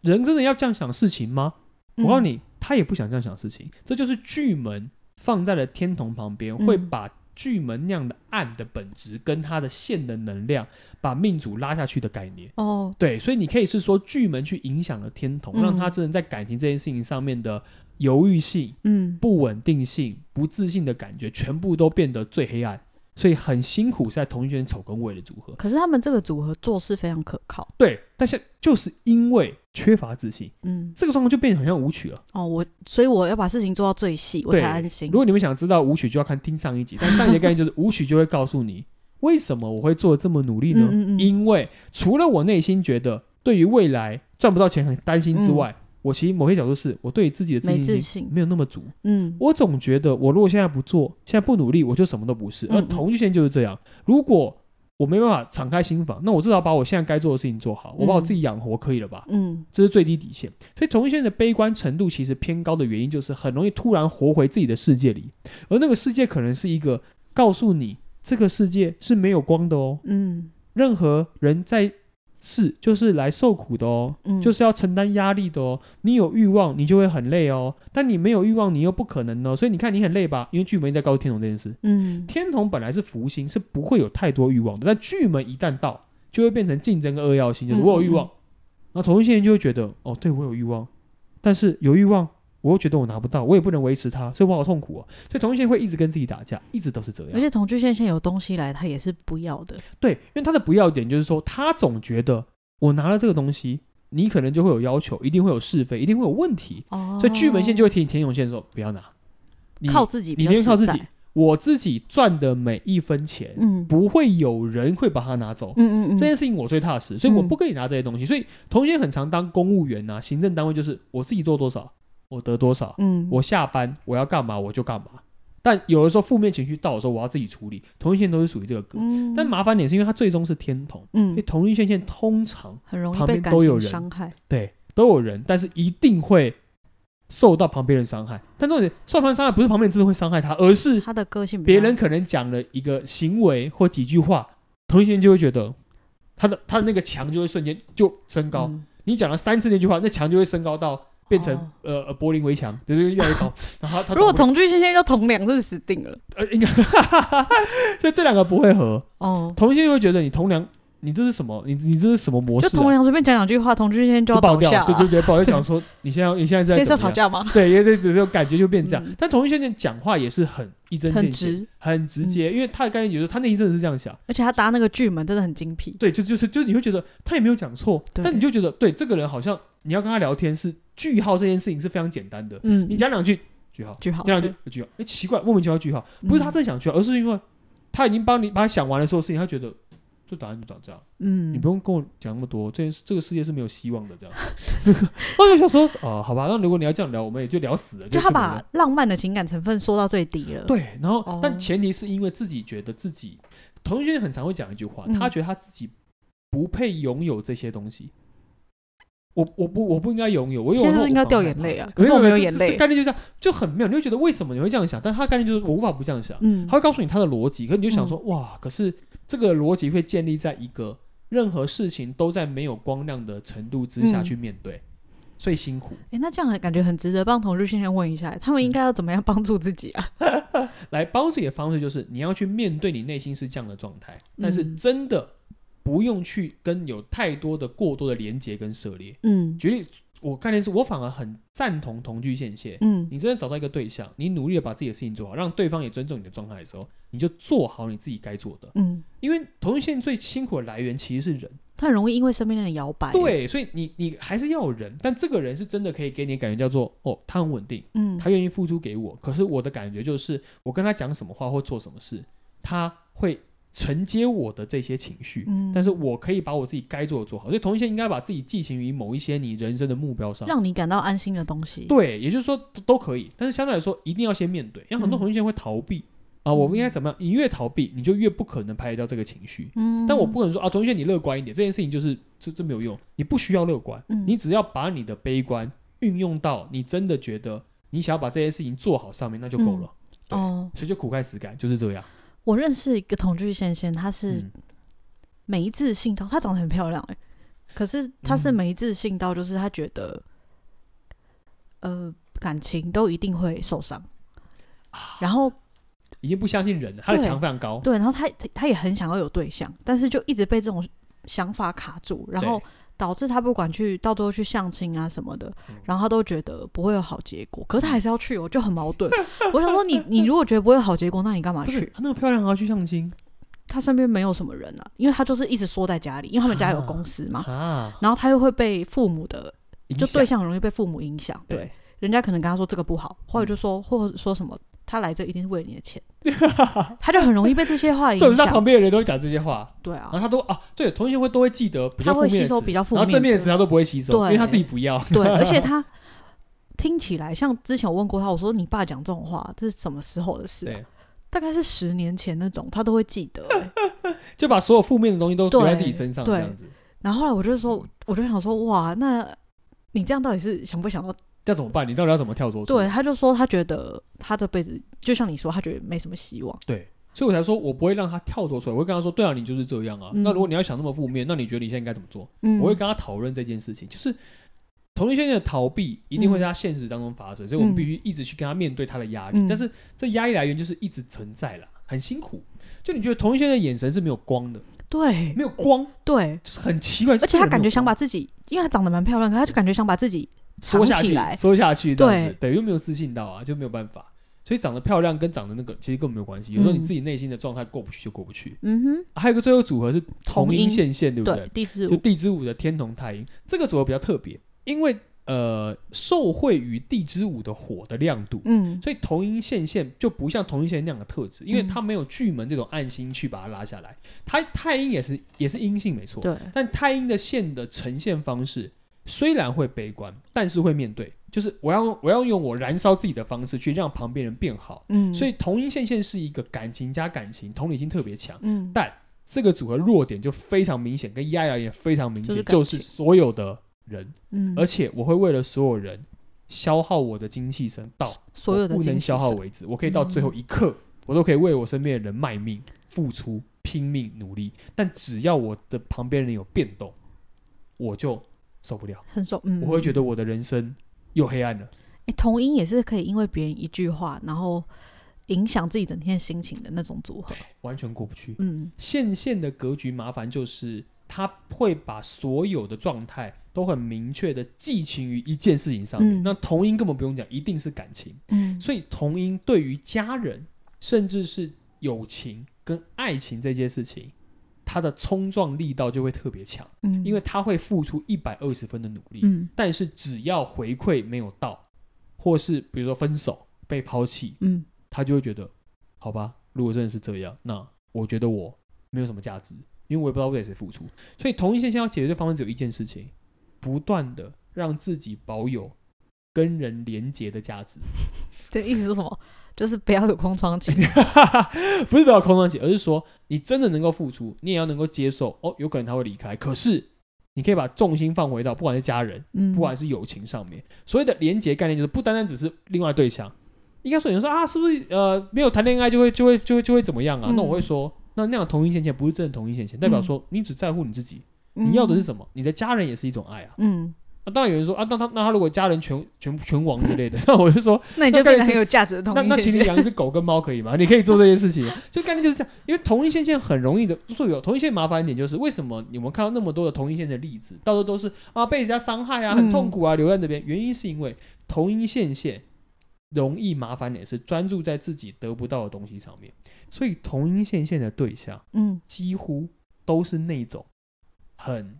人真的要这样想事情吗？ 我告诉
嗯，
你，他也不想这样想事情。这就是巨门放在了天同旁边，
嗯
会把巨门那样的暗的本质跟它的线的能量，把命主拉下去的概念。
哦，
对，所以你可以是说巨门去影响了天同，
嗯
让他真的在感情这件事情上面的犹豫性，
嗯，
不稳定性、不自信的感觉，全部都变得最黑暗，所以很辛苦，是在同一圈丑跟尾的组合。
可是他们这个组合做事非常可靠，
对，但是就是因为缺乏自信，
嗯，
这个状况就变得很像舞曲了。
哦，我所以我要把事情做到最细，我
对
才安心
如。果你们想知道舞曲，就要看听上一集。但上一集的概念就是舞曲就会告诉你，为什么我会做得这么努力呢？
嗯嗯嗯
因为除了我内心觉得对于未来赚不到钱很担心之外，我其实某些角度是我对自己的自
嗯没自
信
信
心没有那么足。
嗯，
我总觉得，我如果现在不做，现在不努力，我就什么都不是。
嗯
而同居线就是这样，如果我没办法敞开心房，那我至少把我现在该做的事情做好，我把我自己养活，可以了吧？
嗯，
这是最低底线。所以同居线的悲观程度其实偏高的原因，就是很容易突然活回自己的世界里，而那个世界可能是一个告诉你这个世界是没有光的哦，
嗯，
任何人在世就是来受苦的哦，
嗯，
就是要承担压力的哦。你有欲望，你就会很累哦；但你没有欲望，你又不可能哦。所以你看，你很累吧？因为巨门一直在告诉天童这件事。
嗯，
天童本来是福星，是不会有太多欲望的，但巨门一旦到，就会变成竞争跟扼要性，就是
嗯
我有欲望，那同性恋就会觉得，哦，对我有欲望，但是有欲望，我又觉得我拿不到，我也不能维持它，所以我好痛苦啊。所以同性恋会一直跟自己打架，一直都是这样
而。且同居现现有东西来，他也是不要的。
对，因为他的不要点就是说，他总觉得我拿了这个东西，你可能就会有要求，一定会有是非，一定会有问题，
哦，
所以剧本线就会提醒田永宪说不要拿，你
靠自己比
你
较
宁愿
实在，
靠自己，我自己赚的每一分钱，
嗯
不会有人会把它拿走。
嗯嗯
这
嗯，
件事情我最踏实，所以我
嗯
不跟你拿这些东西。所以同学很常当公务员呐、行政单位就是我自己做多少，我得多少，
嗯，
我下班我要干嘛我就干嘛。但有的时候负面情绪到的时候，我要自己处理。同性恋都是属于这个格，
嗯，
但麻烦点是因为它最终是天同，因
嗯
为同性恋线通常
很容易
旁
被
边
感
都有
情
人
伤害，
对都有人，但是一定会受到旁边人伤害。但重点受到旁边人伤害不是旁边人真的会伤害他，而是
他的个性比
别
较
人可能讲了一个行为或几句话，同性恋就会觉得他的他的那个墙就会瞬间就升高。
嗯
你讲了三次那句话，那墙就会升高到变成、
哦
呃呃柏林围墙，就是越来越 高。然后他
如果同居现现就同两是死定了。
呃应该， 所以这两个不会合。
哦，
同性恋会觉得你同梁，你这是什么？你你这是什么模式、
就
啊？
同梁随便讲两句话，同居现现
就
就要
爆
倒
掉
下
了，就就
了。
直接 爆，就讲说你现在你现在
现
在怎
在是要
么
吵
样？
架 吗？
对，因为这只有感觉就变这样。
嗯
但同性恋讲话也是很一针
很
见血，
直，嗯
很直接，因为他的概念就是他内心真的是这样想。
而且他搭那个剧门真的很精辟。
对，就就是就是你会觉得他也没有讲错，
对
但你就觉得对这个人好像你要跟他聊天是句号这件事情是非常简单的，
嗯，
你讲两句句号，
句号
讲两
对嗯
句句号，哎、奇怪，莫名其妙句号，不是他真的想句啊号，而是因为他已经帮你把他想完了所有事情，他觉得这答案就长这样，
嗯，
你不用跟我讲那么多，这件事这个世界是没有希望的这样。 我就想说啊、好吧，那如果你要这样聊，我们也就聊死了，
就他
没
把
了
浪漫的情感成分缩到最低了。，
对，然后、
哦
但前提是因为自己觉得自己，同学很常会讲一句话，
嗯
他觉得他自己不配拥有这些东西。我我不我不应该拥有，我有
现在是不
我
是应该
无法
掉
害
眼
怕
泪啊可
没
是我
没
没有
这
眼
这这
泪
概念就这样，就很妙。你会觉得为什么你会这样想？但他的概念就是我无法不这样想。
嗯
他，会告诉你他的逻辑，可是你就想说、哇，可是这个逻辑会建立在一个任何事情都在没有光亮的程度之下
嗯
去面对，所以辛苦。
哎，那这样很感觉很值得帮同居先生问一下，他们
嗯
应该要怎么样帮助自己 啊？
来帮自己的方式就是你要去面对你内心是这样的状态，
嗯
但是真的不用去跟有太多的过多的连接跟涉猎。
嗯
举例，我概念是我反而很赞同同居现现。
嗯
你真的找到一个对象，你努力的把自己的事情做好，让对方也尊重你的状态的时候，你就做好你自己该做的。
嗯，
因为同居现最辛苦的来源其实是人，
他很容易因为身边的人摇摆。，
对，所以你你还是要有人，但这个人是真的可以给你的感觉叫做哦，他很稳定。
嗯
他愿意付出给我，可是我的感觉就是，我跟他讲什么话或做什么事，他会承接我的这些情绪，
嗯，
但是我可以把我自己该做的做好。所以，同一线应该把自己寄情于某一些你人生的目标上，
让你感到安心的东西。
对，也就是说都都可以，但是相对来说，一定要先面对，因为很多
嗯
同一线会逃避、啊，我应该怎么样？你越逃避，你就越不可能排解掉这个情绪。
嗯，
但我不可能说啊，同学你乐观一点，这件事情就是这这没有用，你不需要乐观，
嗯
你只要把你的悲观运用到你真的觉得你想要把这件事情做好上面，那就够了。对
哦，
所以就苦盖实干就是这样。
我认识一个同居先生，他是
嗯，
没自信到，她长得很漂亮哎、可是她是
嗯
没自信到，就是她觉得，呃，感情都一定会受伤。然后
已经不相信人了，他的
对
墙非常高。
对，然后她她她也很想要有对象，但是就一直被这种想法卡住，然后
对
导致她不管去到最后去相亲啊什么的
嗯，
然后她都觉得不会有好结果，可是她还是要去哦，就很矛 盾。我想说你你如果觉得不会有好结果，那你干嘛
不是
去？
她那么漂亮还要去相亲
她身边没有什么人啊，因为她就是一直缩在家里，因为他们家有公司嘛，
啊？
然后她又会被父母的
影
就
响
对象很容易被父母影响，对，
对，嗯
人家可能跟他说这个不好，或者就说或者说什么，他来这一定是为了你 的钱，他就很容易被这些话影
这种他旁
响，
边的人都会讲这些话，
对
然
啊
后，他都啊，对，同学会都会记得比较
他
负
会
面
吸
的
收
词
比较负
然
面
后
的，
正面的词他都不会吸收，
对
因为他自己不 要。
对，而且他听起来像之前我问过他，我说你爸讲这种话，这是什么时候的事啊、
对
大概是十年前那种，他都会记 得、欸
就把所有负面的东西都留在
对
自己身上，这
对
样子，
然后后来我就
嗯
说，我就想说，哇，那你这样到底是想不想到？
要怎么办？你到底要怎么跳脱出来？
对，他就说他觉得他这辈子就像你说，他觉得没什么希望。
对，所以我才说我不会让他跳脱出来，我会跟他说，对啊，你就是这样啊。
嗯
那如果你要想那么负面，那你觉得你现在应该怎么做？
嗯，
我会跟他讨论这件事情，就是同性恋的逃避一定会在他现实当中发生，所以我们
嗯
必须一直去跟他面对他的压力。
嗯
但是这压力来源就是一直存在啦，很辛苦。就你觉得同性恋的眼神是没有光的，
嗯对
没有光，
对，
很奇怪。
而且他感觉
想
想
把
把自己，因为他长得蛮漂亮，可他就感觉想把自己藏
缩下
起
去
来，
缩下去，这样子
对
对，又没有自信到啊，就没有办法。所以长得漂亮跟长得那个其实根本没有关系，有时候你
嗯
自己内心的状态过不去就过不去。
嗯哼，
还有一个最后组合是同
音
音线线，对不
对，
对？
地支
就
舞，
地支舞的天同太阴，这个组合比较特别，因为呃受惠于地支舞的火的亮度，
嗯
所以同音线线就不像同音线那样的特质，因为
嗯
它没有巨门这种暗星去把它拉下来。它太阴也是也是阴性没错，
对，
但太阴的线的呈现方式虽然会悲观，但是会面对，就是我要我要用我燃烧自己的方式去让旁边人变好。
嗯，
所
以
以同音线线是一个感情加感情，同理心特别强。
嗯
但这个组合弱点就非常明显，跟压压也非常明
就是
显，
感
就
情
是所有的人，
嗯，
而且我会为了所有人消耗我的精气神到
所有的
我不
精
能
气
消耗
神
为止，我可以到最后一刻，我都可以为我身边的人卖命、付出、拼命努力。但只要我的旁边人有变动，我就受不了，
很受，嗯，
我会觉得我的人生又黑暗了。
欸，同音也是可以因为别人一句话，然后影响自己整天心情的那种组合
对。，完全过不去。
嗯
线线的格局麻烦就是，它会把所有的状态都很明确的寄情于一件事情上面。
嗯
那同音根本不用讲，一定是感情。
嗯
所以同音对于家人，甚至是友情跟爱情这件事情，它的冲撞力道就会特别强，
嗯，
因为他会付出一百二十分的努力，
嗯
但是只要回馈没有到，或是比如说分手、被抛弃，
嗯
他就会觉得，好吧，如果真的是这样，那我觉得我没有什么价值，因为我也不知道为谁付出。所以同一线线要解决的方式只有一件事情，不断的让自己保有跟人连结的价值。
这意思是什么？就是不要有空窗期。
不是不要空窗期，而是说你真的能够付出，你也要能够接受哦，有可能他会离开，可是你可以把重心放回到不管是家人，
嗯，
不管是友情上面。所谓的连结概念，就是不单单只是另外对象。应该说，有人说啊，是不是呃没有谈恋爱就会就会就会就会怎么样啊？
嗯
那我会说，那那样同一线线不是真的同一线线，代表说你只在乎你自己，
嗯
你要的是什么？你的家人也是一种爱啊。
嗯，
那、当然有人说啊，那他那他如果家人全全全亡之类的， 那我就说
那你
那
就
概
变
念
得很
是
有价值的同
那
音
那
线
请你
线
养一只狗跟猫可以吗？你可 以做这件事情，就概念就是这样。因为同一线线很容易的，所以有同一线麻烦一点就是，为什么你们看到那么多的同一线的例子，到时候都是啊被人家伤害啊，
嗯
很痛苦啊，留在那边？原因是因为同一线线容易麻烦点是专注在自己得不到的东西上面，所以同一线线的对象
嗯，
几乎都是那种很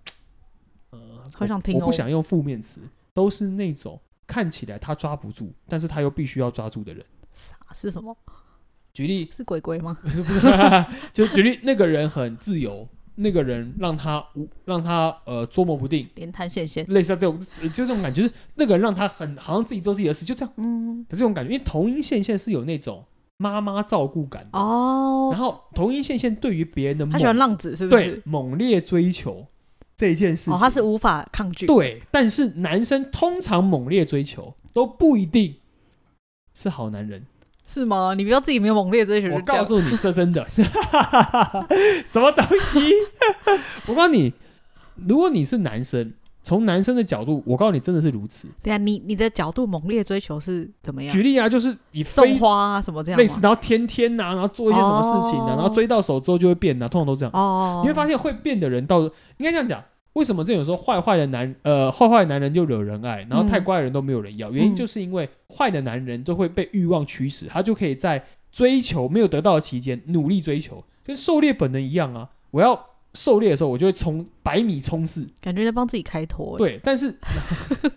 呃，
好想听
我
哦
不想用负面词，都是那种看起来他抓不住，但是他又必须要抓住的人。
傻是什么？
举例，
是鬼鬼吗？
不是不是， 就举例，那个人很自由，那个人让他无让他呃捉摸不定，
连弹线线。
类似这种呃就这种感觉，就是那个人让他很好像自己做自己的事，就这样
嗯，
的这种感觉。因为同一线线是有那种妈妈照顾感的，
哦
然，后同一线线对于别人的
他
猛
喜欢浪子是不
对
是？
猛烈追求这件事情，
哦，他是无法抗拒。，
对，但是男生通常猛烈追求都不一定是好男人。
是吗？你不要自己没有猛烈追求
我
就这
告
样。
诉你，这真的， 什么东西？ 我告诉你，如果你是男生，从男生的角度，我告诉你，真的是如此。
对啊，你你的角度猛烈追求是怎么样
举？例啊，就是以
送
非
花啊什么这样吗？
类似，然后天天呐、啊然后做一些什么事情啊，然后
哦
追到手之后就会变啊，通常都这样。
哦，
你会发现会变的人到，应该这样讲。为什么这种说坏坏的男呃坏坏的男人就惹人爱，然后
嗯
太乖的人都没有人要？原因
嗯
就是因为坏的男人都会被欲望驱使，他就可以在追求没有得到的期间努力追求，跟狩猎本能一样啊！我要狩猎的时候，我就会冲百米冲刺，
感觉在帮自己开脱欸。
对，但是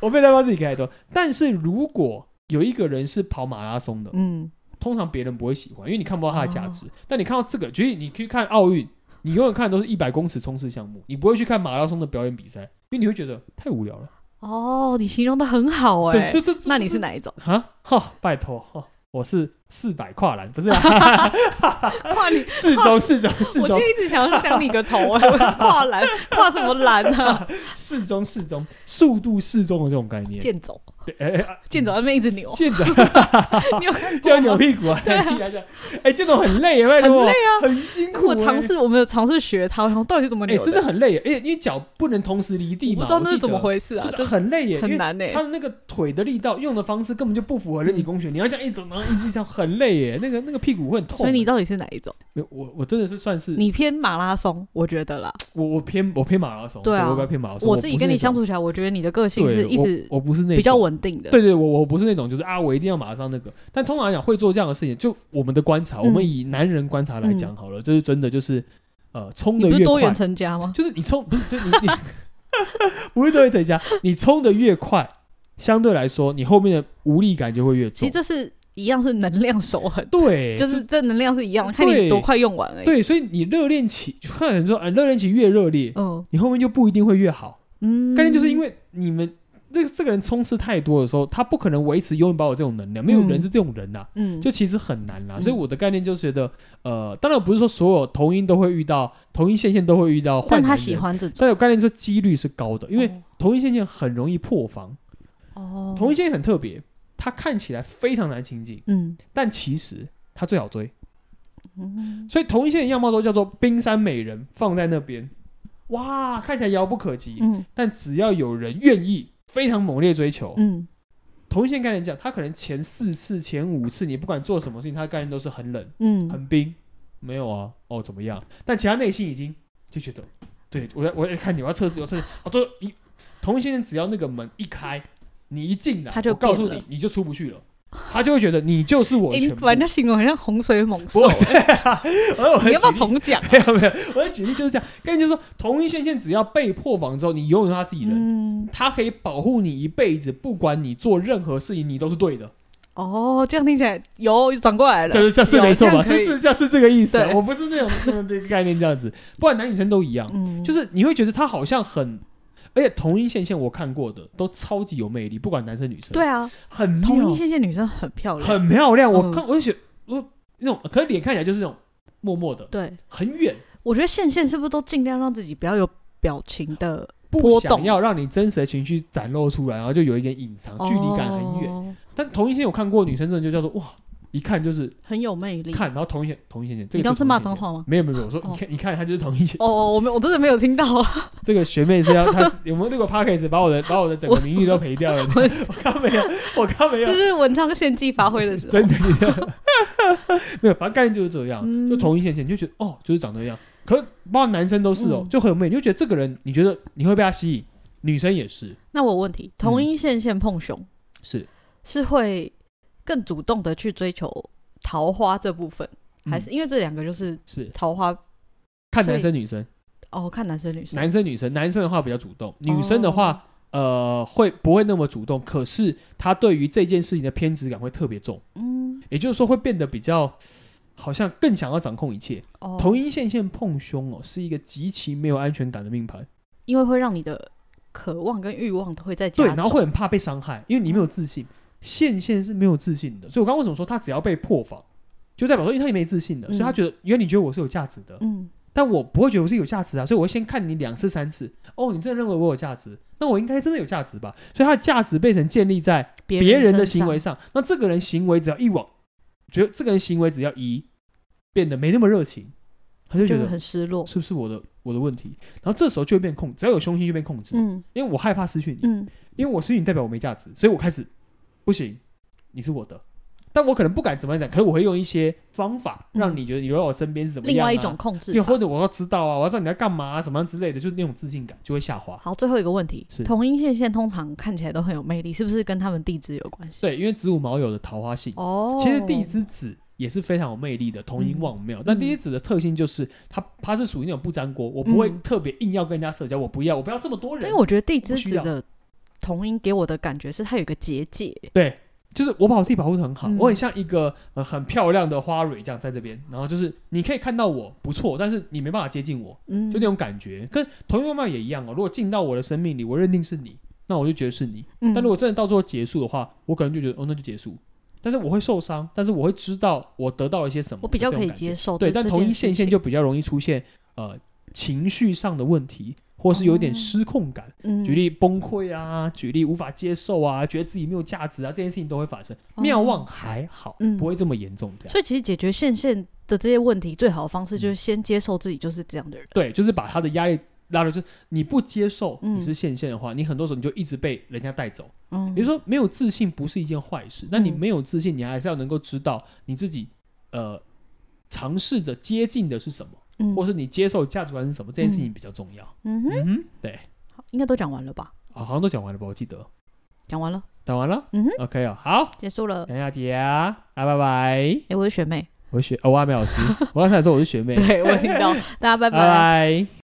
我没有在帮自己开头。但是如果有一个人是跑马拉松的，
嗯，
通常别人不会喜欢，因为你看不到它的价
哦
值。但你看到这个，举例你去看奥运，你永远看的都是一百公尺冲刺项目，你不会去看马拉松的表演比赛，因为你会觉得太无聊了。
哦，你形容的很好哎、
这这这，
那你是哪一 种？
啊？哈，拜托哈。我是四百跨栏，不是啊，
跨你，
适中适中适
我就
中
一直想要讲你个头哎、 跨栏，跨什么栏啊？
适中适中，速度适中的这种概念。
健走，
对，哎哎啊，
剑走在那边一直扭，
舰 长
你有 看
就要
过
扭
吗？
屁股啊，
对啊
这样哎，这种很累，拜
很
托
累，啊！
很辛苦
我
哎。
尝试，我们有尝试学它，然后到底是怎么
哎，
扭
真的很累，哎，因为脚不能同时离地
我
嘛，
不知道那
我
是
记
怎么
得
回事啊，
就
就是
很累耶，因
很
为
难欸呢。
他的那个腿的力道用的方式根本就不符合人体工学，你要这样一走，然后一直这样很累耶，那个那个屁股会很痛。
嗯
啊
所以你到底是哪一种？
没有我我真的是算是
你偏马拉松，我
哦
觉得啦。
我我偏我偏马拉松，
对啊
我比较偏马拉松。
我自己跟你相
处
处起来，我觉得你的个性是一直
我我不是那
比较
种。
稳定的。
对对，我我不是那种，就是啊，我一定要马上那个。但通常来讲，会做这样的事情，就我们的观
嗯
察，我们以男人观察来讲好了，这是真的，就是呃，冲
你
的
不
越
是多
快
元，成家吗？
就是你冲不是就你 你不是多元成家，你冲的越快，相对来说，你后面的无力感就会越重
其实。这是一样是能量守恒，
对，
就是这能量是一样的，看你
对
多快用完而已。
对，所以你热恋期，就看很多人说，啊，热恋期越热烈，
嗯
你后面就不一定会越好。
嗯，
概念就是因为你们这个这个人冲刺太多的时候，他不可能维持永远保有这种能量，没有人是这种人呐、
嗯，
就其实很难啦。
嗯
所以我的概念就觉得，呃，当然不是说所有同音都会遇到，同音线线都会遇到，
但
换
他
人
喜
的。
欢这种，
但有概念说几率是高的，因为同音线线很容易破防。
哦，
同音线线很特别，它看起来非常难亲近，
嗯
但其实它最好追。
嗯
所以同一线的样貌都叫做冰山美人，放在那边，哇，看起来遥不可及。
嗯
但只要有人愿意非常猛烈追求，
嗯
同一线概念讲，他可能前四次、前五次，你不管做什么事情，他的概念都是很冷、
嗯，
很冰，没有啊，哦怎么样？但其他内心已经就觉得，对我要我要看你，我要测试，我要测试。哦，最后一同一线只要那个门一开，你一进来，
他就
我告诉
变
你
了，
你就出不去了，他就会觉得你就是 我
诶
的
你
全部。
把人家形容很像洪水猛兽
不，是， 我
你要不要
举例
重讲？
没有没有，我的举例就是这样，概念就是说，同一线线只要被破防之后，你永远是他自己人，
嗯，
他可以保护你一辈子，不管你做任何事情，你都是对的。
哦，这样听起来有转过来了，
这这是没错吧？
有这样可
这
以
这这是这个意思啊、
对
我不是那种那种这个概念这 样子，不管男女生都一样，
嗯，
就是你会觉得他好像很。而且同一线线我看过的都超级有魅力，不管男生女生，
对，啊，
很
同
妙
一，线线女生很漂亮，
很漂亮。我
嗯
看我就觉得，我那种，可是脸看起来就是那种默默的，
对，
很远，
我觉得线线是不是都尽量让自己不要有表情的
不
波
想
动
要让你真实的情绪展露出来，然后就有一点隐藏，距离感很远。
哦
但同一线有看过女生，真的就叫做哇，一看就是
很有魅力。
看，然后同一线同一线线，这个
你刚
就是
骂
同一
脏
线线？
话吗？
没有没有没有，我说
哦
你看你看，她就是同一线。
哦哦，我没有，我真的没有听到。
这个学妹是要她是有没有那个 p a c k a g e 把我的把我的整个名誉都赔掉了？
我
我刚没有，我刚 没有
这，是文昌献祭发挥的时候。
真的没有，反正概念就是这样，
嗯
就同一线线，你就觉得哦，就是长这样。可是包括男生都是哦，
嗯
就很有魅力，你就觉得这个人，你觉得你会被他吸引，女生也是
那我有问
嗯
题，同一线线碰熊、
是，
是会更主动的去追求桃花这部分，
嗯
还是因为这两个就是
是
桃花？
看
所以
男生女生。
哦，看男生女生。
男生女生，男生的话比较主
哦
动，女生的话，呃，会不会那么主动？可是她对于这件事情的偏执感会特别重，
嗯，
也就是说会变得比较，好像更想要掌控一切。
哦，
同一线线碰胸哦，是一个极其没有安全感的命盘，
因为会让你的渴望跟欲望都会在加
对，
重。
然后会很怕被伤害，因为你没有自信。
嗯
线线是没有自信的，所以我刚刚为什么说他只要被破防，就代表说因为他也没自信的，所以他
嗯
觉得，因为你觉得我是有价值的，
嗯
但我不会觉得我是有价值啊，所以我会先看你两次、三次。哦，你真的认为我有价值，那我应该真的有价值吧？所以他的价值变成建立在
别
别人的
身
行为
上，
上。那这个人行为只要一往，觉得这个人行为只要一变得没那么热情，他就觉
就会
得
很失落。
是不是我的我的问题？然后这时候就会变控，只要有凶心就变控制，
嗯
因为我害怕失去你，
嗯
因为我失去你代表我没价值，所以我开始不行，你是我的。但我可能不敢怎么样讲，可是我会用一些方法让
嗯
你觉得你留在我身边是怎么样、
另
啊。
外一种控制
对，
法
或。者我要知道啊，我要知道你在干嘛、啊，什么样之类的，就是那种自信感就会下滑。
好，最后一个问题
是，
同音线线通常看起来都很有魅力，是不是跟他们地支有关系？
对，因为子午卯酉的桃花性，
哦，
其实地支子也是非常有魅力的，同音望庙。
嗯
但地支子的特性就是它它是属于那种不粘锅，我不会
嗯
特别硬要跟人家社交，我不要，我不要这么多
因
人
为，我觉得地
我
支
不需
子
要
的同音给我的感觉是它有一个结界，
就是我把我自己保护的很好，
嗯
我很像一个呃很漂亮的花蕊这样在这边，然后就是你可以看到我不错，但是你没办法接近我，
嗯，
就那种感觉。跟同音望庙也一样哦，如果进到我的生命里，我认定是你，那我就觉得是你。
嗯，
但如果真的到最后结束的话，我可能就觉得哦，那就结束。但是我会受伤，但是我会知道我得到了一些什么。
我比较可以
这种感觉
接受这，
对，但
这
同
件
一
事
线线
情
就比较容易出现呃情绪上的问题，或是有一点
哦
失控感，
嗯，
举例崩溃啊，举例无法接受啊，觉得自己没有价值啊，这件事情都会发生。
哦
妙望还好，
嗯
不会这么严重，这样。嗯
所以其实解决现现的这些问题，最好的方式就是先接受自己就是这样的人。
对，就是把他的压力拉到，就是你不接受
嗯
你是线线的话，你很多时候你就一直被人家带走。
嗯，
也就是说，没有自信不是一件坏事，那你
嗯
没有自信，你还是要能够知道你自己，呃，尝试着接近的是什么，
嗯
或是你接受的价值观是什么，这件事情比较重要。
嗯哼，
嗯哼，对，哦
应该都讲完了吧？
好好像都讲完了吧？我记得
讲完了，
讲完了。
嗯哼嗯
，OK 哦，好，
结束了。
杨小姐啊，啊，拜拜。
哎、我是学妹，
我是学，哦、我还没老师，我刚才说我是学妹，
对我听到，大家拜
拜拜